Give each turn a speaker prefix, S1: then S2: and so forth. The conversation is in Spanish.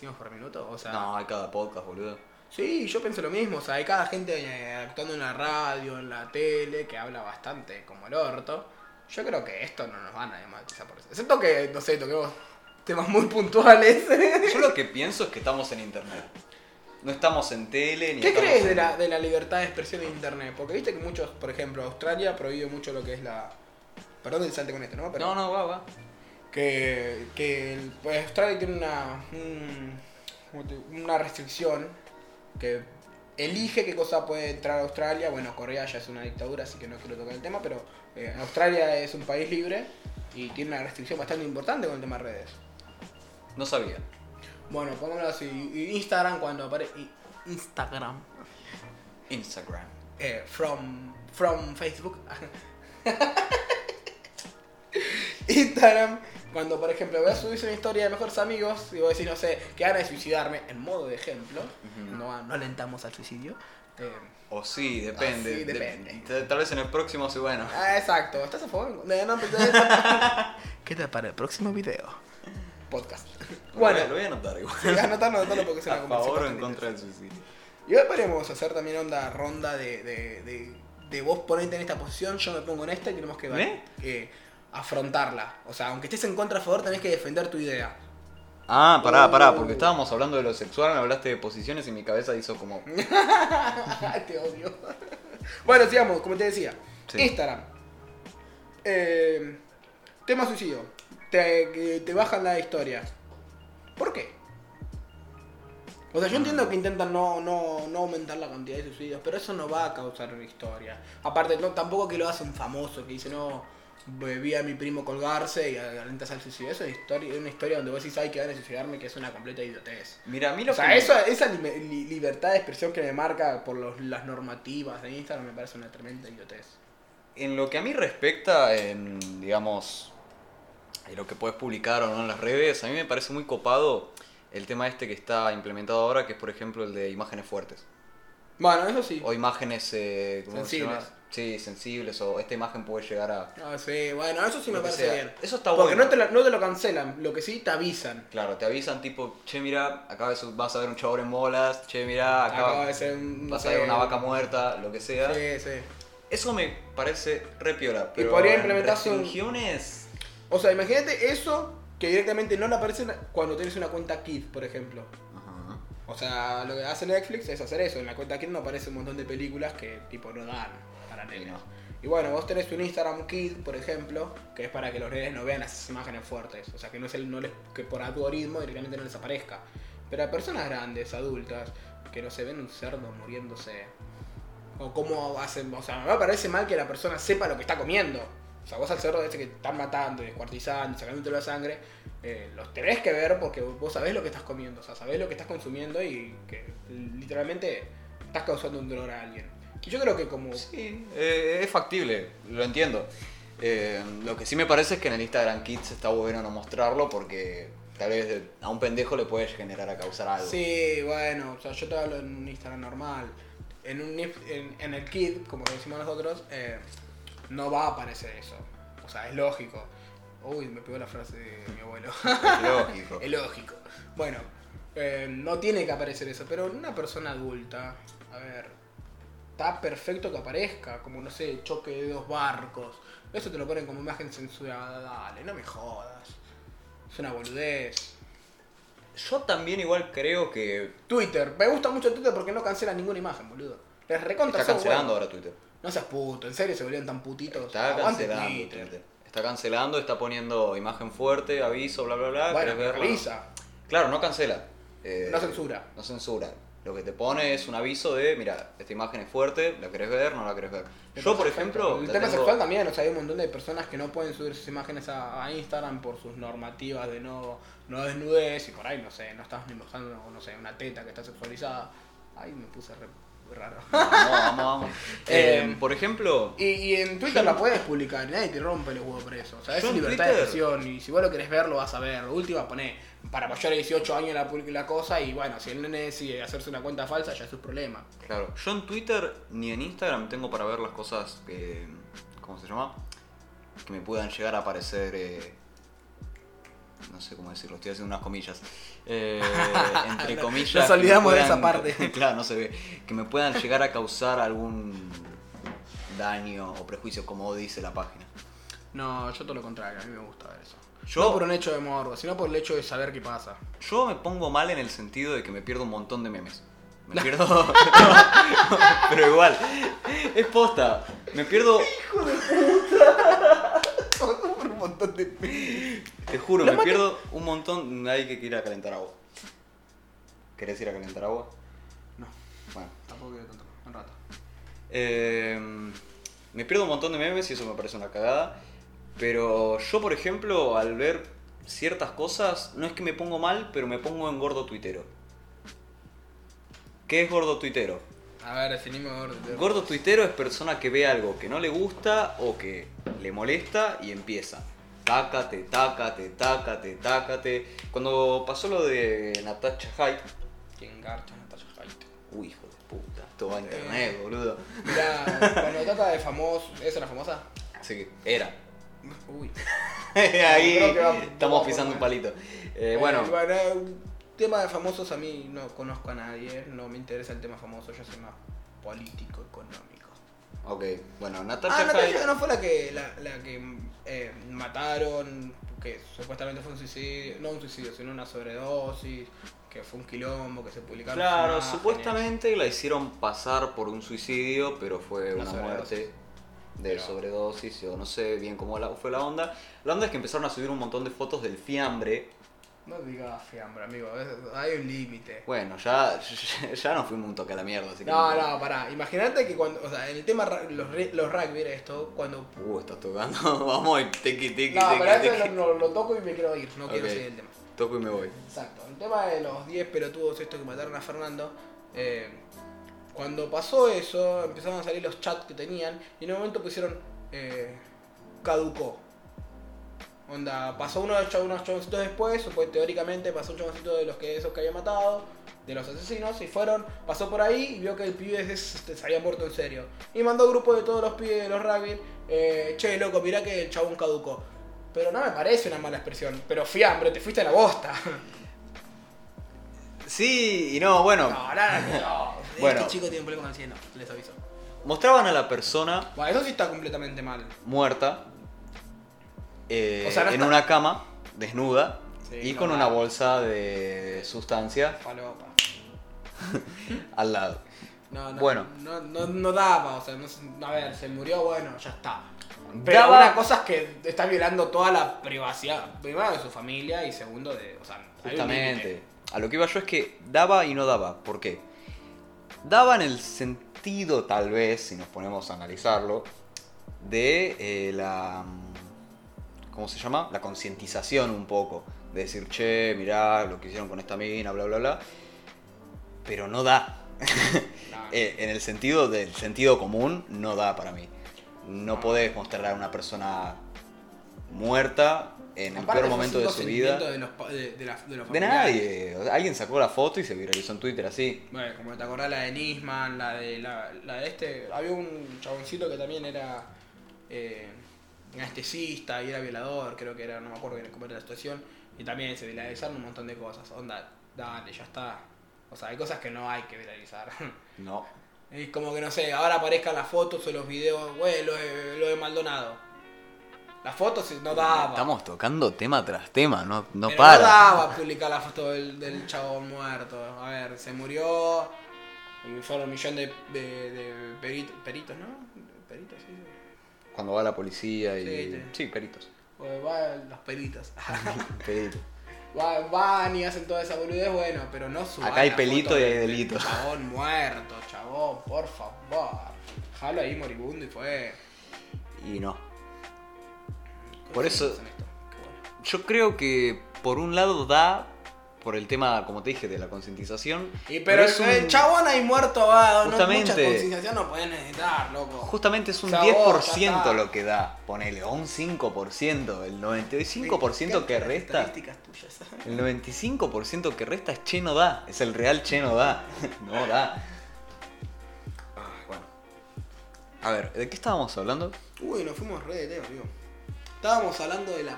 S1: ¿Tiempo por minuto? O sea,
S2: No, hay cada podcast, boludo.
S1: Sí, yo pienso lo mismo. O sea, hay cada gente eh, actuando en la radio, en la tele, que habla bastante como el orto. Yo creo que esto no nos van a demonetizar por eso. Excepto que, no sé, toquemos temas muy puntuales.
S2: Yo lo que pienso es que estamos en internet. No estamos en tele ni
S1: ¿Qué
S2: estamos
S1: crees
S2: en-
S1: de la, de la libertad de expresión en internet? Porque viste que muchos, por ejemplo, Australia prohíbe mucho lo que es la. Perdón el salte con esto, ¿no? Pero
S2: No, no, va, va.
S1: Que, que el- pues, Australia tiene una. un- ¿cómo te- una restricción que elige qué cosa puede entrar a Australia. Bueno, Corea ya es una dictadura, así que no quiero tocar el tema, pero eh, Australia es un país libre y tiene una restricción bastante importante con el tema redes.
S2: No sabía.
S1: Bueno, pongámoslo así. y Instagram cuando aparece. Instagram.
S2: Instagram.
S1: eh, from, from Facebook. Instagram, cuando por ejemplo voy a subirse una historia de mejores amigos y voy a decir, no sé, que van a suicidarme, en modo de ejemplo,
S2: Ujú.
S1: no, no alentamos al suicidio. eh,
S2: O sí, depende.
S1: Ah, sí,
S2: De-
S1: depende.
S2: ta- tal vez en el próximo sí, bueno.
S1: ah, exacto, ¿estás a favor? No, no, pero- ¿Qué tal para el próximo video? Podcast.
S2: Lo voy a-
S1: Bueno,
S2: lo voy a anotar igual.
S1: sí, anotalo, anotalo porque es una
S2: A
S1: conversación
S2: favor o
S1: bastante
S2: en contra del suicidio.
S1: Y hoy podríamos hacer también onda ronda de, de, de, de vos ponerte en esta posición, yo me pongo en esta y tenemos que
S2: ¿Eh?
S1: eh, afrontarla. O sea, aunque estés en contra a favor, tenés que defender tu idea.
S2: Ah, pará, pará,
S1: Uh.
S2: porque estábamos hablando de lo sexual, me hablaste de posiciones y mi cabeza hizo como.
S1: te odio. bueno, sigamos, como te decía.
S2: Sí.
S1: Instagram. Eh, tema suicidio. Te, que te bajan las historias. ¿Por qué? O sea, yo entiendo que intentan no, no, no aumentar la cantidad de suicidios, pero eso no va a causar una historia. Aparte, no, tampoco que lo hacen famoso, que dice, no, vi a mi primo colgarse y alentas al suicidio. Eso es historia, es una historia donde vos decís, ay, que van a suicidarme, que es una completa idiotez.
S2: Mira, a mí lo
S1: O sea,
S2: que.
S1: eso- esa lime- li- libertad de expresión que me marca por los- las normativas de Instagram me parece una tremenda idiotez.
S2: En lo que a mí respecta, en, digamos, en lo que puedes publicar o no en las redes, a mí me parece muy copado el tema este que está implementado ahora, que es por ejemplo el de imágenes fuertes.
S1: Bueno, eso sí.
S2: O imágenes... eh, ¿cómo se llama?
S1: Sensibles.
S2: Sí, sensibles, o esta imagen puede llegar a...
S1: Ah, sí, bueno, eso sí me
S2: Lo que
S1: parece
S2: sea.
S1: bien.
S2: Eso está
S1: Porque
S2: bueno.
S1: no te, la- no te lo cancelan, lo que sí te avisan.
S2: Claro, te avisan tipo, che, mira, acá vas a- vas a ver un chabón en bolas, che, mira, acá
S1: Acaba de ser un. no
S2: vas a
S1: sé,
S2: ver una vaca muerta, lo que sea.
S1: Sí, sí.
S2: Eso me parece re piola, pero
S1: podría
S2: en
S1: implementarse un-
S2: restricciones...
S1: O sea, imagínate eso que directamente no le aparecen cuando tienes una cuenta Kid, por ejemplo.
S2: Ajá.
S1: O sea, lo que hace Netflix es hacer eso. En la cuenta Kid no aparece un montón de películas que tipo no dan para
S2: Sí,
S1: negros.
S2: no.
S1: Y bueno, vos tenés un Instagram Kid, por ejemplo, que es para que los nenes no vean esas imágenes fuertes. O sea, que no es el, no les, que por algoritmo directamente no les aparezca. Pero a personas grandes, adultas, que no se ven un cerdo muriéndose. O cómo hacen. O sea, me parece mal que la persona sepa lo que está comiendo. O sea, vos al cerdo ese que están matando, y descuartizando, y sacándote la sangre, eh, los tenés que ver porque vos sabés lo que estás comiendo, o sea, sabés lo que estás consumiendo y que literalmente estás causando un dolor a alguien. Y yo creo que como
S2: Sí, eh, es factible, lo entiendo. Eh, lo que sí me parece es que en el Instagram Kids está bueno no mostrarlo porque tal vez de- a un pendejo le puede generar a causar algo.
S1: Sí, bueno, o sea, yo te hablo en un Instagram normal. En, un, if- en, en el kit, como lo decimos nosotros, eh, no va a aparecer eso. O sea, es lógico. Uy, me pegó la frase de mi abuelo.
S2: Es lógico.
S1: es lógico. Bueno, eh, no tiene que aparecer eso, pero en una persona adulta, a ver, está perfecto que aparezca, como no sé, choque de dos barcos. Eso te lo ponen como imagen censurada, dale, no me jodas. Es una boludez.
S2: Yo también igual creo que
S1: Twitter. Me gusta mucho Twitter porque no cancela ninguna imagen, boludo. Les recontra
S2: está
S1: son
S2: cancelando
S1: buenos.
S2: ahora Twitter.
S1: No seas puto, en serio se volvieron tan putitos.
S2: Está
S1: Aguante
S2: cancelando Twitter. Está cancelando, está poniendo imagen fuerte, aviso, bla, bla, bla.
S1: Bueno,
S2: ¿querés
S1: me
S2: verlo?
S1: avisa.
S2: Claro, no cancela. Eh,
S1: No censura.
S2: No censura. Lo que te pone es un aviso de, mira, esta imagen es fuerte, la querés ver, no la querés ver.
S1: Me parece
S2: Yo, por
S1: perfecto.
S2: ejemplo...
S1: El
S2: la
S1: tema
S2: tengo-
S1: sexual también, o sea, hay un montón de personas que no pueden subir sus imágenes a, a Instagram por sus normativas de no, no desnudez y por ahí, no sé, no estás ni mostrando, no sé, una teta que está sexualizada. Ay, me puse re raro.
S2: Vamos, vamos, vamos. Eh,
S1: Eh,
S2: por ejemplo,
S1: Y, y en Twitter la puedes publicar, nadie te rompe los huevos por eso. O sea, es
S2: Yo en
S1: libertad de
S2: Twitter-
S1: expresión y si vos lo querés ver, lo vas a ver. Lo último, poné para mayores de 18 años la, pul- la cosa y bueno, si el nene decide hacerse una cuenta falsa, ya es su problema.
S2: claro, yo en Twitter ni en Instagram tengo para ver las cosas que. ¿Cómo se llama? Que me puedan llegar a aparecer eh, no sé cómo decirlo, estoy haciendo unas comillas. Eh, entre
S1: No-
S2: comillas.
S1: nos
S2: que me
S1: olvidamos de esa parte.
S2: claro, no se ve. Que me puedan llegar a causar algún daño o prejuicio, como dice la página.
S1: No, yo todo lo contrario, a mí me gusta ver eso.
S2: Yo-
S1: No por un hecho de morbo, sino por el hecho de saber qué pasa.
S2: Yo me pongo mal en el sentido de que me pierdo un montón de memes. Me pierdo. No, pero igual. Es posta. Me pierdo.
S1: un montón de...
S2: Te juro,
S1: La
S2: me
S1: mate-
S2: pierdo un montón. Hay que ir a calentar agua. ¿Querés ir a calentar agua?
S1: No,
S2: Bueno.
S1: tampoco quiero tanto, un rato.
S2: Eh, me pierdo un montón de memes y eso me parece una cagada. Pero yo, por ejemplo, al ver ciertas cosas, no es que me pongo mal, pero me pongo en gordo tuitero. ¿Qué es gordo tuitero?
S1: A ver, definime gordo.
S2: Gordo tuitero es persona que ve algo que no le gusta o que le molesta y empieza. Tácate, tácate, tácate, tácate. Cuando pasó lo de Natasha Hyde.
S1: ¿Quién garcha Natasha Hyde?
S2: Uy, hijo de puta. Todo va a internet, boludo.
S1: Mirá, cuando trata de famosos, ¿esa es la famosa?
S2: Así que era.
S1: Uy.
S2: Ahí
S1: Creo que va-
S2: estamos
S1: va
S2: pisando
S1: por
S2: un
S1: mal.
S2: palito. Eh, bueno,
S1: eh, tema de famosos a mí no conozco a nadie, no me interesa el tema famoso, yo soy más político, económico.
S2: ok. Bueno,
S1: Ah,
S2: Natasha
S1: Natalia
S2: Hyde.
S1: no fue la que, la, la que eh, mataron, que supuestamente fue un suicidio, no un suicidio, sino una sobredosis, que fue un quilombo, que se publicaron.
S2: Claro,
S1: imágenes.
S2: supuestamente la hicieron pasar por un suicidio, pero fue
S1: Una
S2: una
S1: sobredosis.
S2: muerte de
S1: Pero-
S2: sobredosis o no sé bien cómo la- fue la onda. La onda es que empezaron a subir un montón de fotos del fiambre.
S1: No digas fiambre, amigo, es- hay un límite.
S2: Bueno, ya, ya, nos fuimos un toque a la mierda. Así que
S1: No, no, pará. Imagínate que cuando, o sea, en el tema ra- los, re- los rugby era esto, cuando
S2: Uh, estás tocando. Vamos, tequi, tequi,
S1: No, pero
S2: tequi,
S1: eso
S2: tequi.
S1: lo, lo- lo toco y me quiero ir, no quiero
S2: Ok.
S1: seguir el tema.
S2: Toco y me voy.
S1: Exacto. El tema de los 10 pelotudos estos que mataron a Fernando. eh, cuando pasó eso, empezaron a salir los chats que tenían y en un momento pusieron eh, caducó. Onda, pasó uno de los chav- unos chaboncitos después, supuestamente teóricamente pasó un chaboncito de los que esos que había matado, de los asesinos, y fueron, pasó por ahí y vio que el pibe ese se, se había muerto en serio. Y mandó grupo de todos los pibes de los rugby, eh, che loco, mirá que el chabón caducó. Pero no me parece una mala expresión, pero fiambre, te fuiste a la bosta.
S2: Sí, y no, bueno.
S1: No, no, no, no.
S2: Bueno.
S1: Este chico tiene un problema con el cielo, les aviso.
S2: Mostraban a la persona
S1: Bueno, eso sí está completamente mal.
S2: muerta eh,
S1: O sea, no
S2: en
S1: está-
S2: una cama, desnuda,
S1: Sí,
S2: y
S1: no,
S2: con
S1: no.
S2: una bolsa de sustancia
S1: Falopa.
S2: al lado.
S1: No, no,
S2: Bueno.
S1: No, no, no daba, o sea, no, se- a ver, se murió, bueno, ya está. Pero
S2: Daba-
S1: una cosa es que está violando toda la privacidad, primero de su familia y segundo de, o sea, hay un
S2: Justamente.
S1: límite.
S2: A lo que iba yo es que daba y no daba. ¿Por qué? Daba en el sentido, tal vez, si nos ponemos a analizarlo, de eh, la. mm, ¿Cómo se llama? La concientización un poco. De decir, che, mirá lo que hicieron con esta mina, bla, bla, bla. Pero no da.
S1: No,
S2: Eh, en el sentido del sentido común, no da para mí. No
S1: No.
S2: podés mostrar a una persona muerta en el
S1: aparte
S2: peor
S1: fue
S2: momento
S1: sin
S2: de
S1: los
S2: su vida.
S1: sentimientos De, los, pa- de, de la- de los
S2: De
S1: familiares.
S2: nadie. O sea, alguien sacó la foto y se viralizó en Twitter así.
S1: Bueno, como te acordás la de Nisman, la de la, la de este, había un chaboncito que también era eh, anestesista y era violador, creo que era, no me acuerdo bien cómo era la situación, y también se viralizaron un montón de cosas. Onda, dale, ya está. O sea, hay cosas que no hay que viralizar.
S2: No.
S1: Es como que no sé, ahora aparezcan las fotos o los videos, güey, lo de, lo de Maldonado. Las fotos no daba.
S2: Estamos tocando tema tras tema, no, no
S1: Pero
S2: para.
S1: No daba publicar la foto del, del chabón muerto. A ver, se murió. Y fueron un millón de, de- de peri- peritos, ¿no? Peritos, sí.
S2: Cuando va la policía y.
S1: Sí,
S2: Sí,
S1: te-
S2: peritos.
S1: O va los peritos.
S2: Peritos.
S1: Va- Van y hacen toda esa boludez, bueno, pero no suban
S2: Acá hay
S1: la
S2: pelito
S1: foto
S2: y hay
S1: del-
S2: delito.
S1: del Chabón muerto, chabón, por favor. Jalo ahí moribundo y fue.
S2: Y no. Por eso-
S1: Qué bueno.
S2: Yo creo que por un lado da. Por el tema, como te dije, de la concientización.
S1: Y pero,
S2: es
S1: el
S2: un-
S1: chabón ahí muerto va, no, mucha
S2: Justamente.
S1: concienciación no pueden necesitar, loco.
S2: Justamente es un
S1: Ya vos, ya
S2: 10%
S1: está.
S2: lo que da, ponele, o un 5%, el 95% que
S1: Las
S2: resta,
S1: Estadísticas tuyas.
S2: el 95% que resta es che no da, es el real che no da, no da. Ah, Bueno. A ver, ¿de qué estábamos hablando?
S1: Uy, nos fuimos re de tema, amigo. Estábamos hablando de la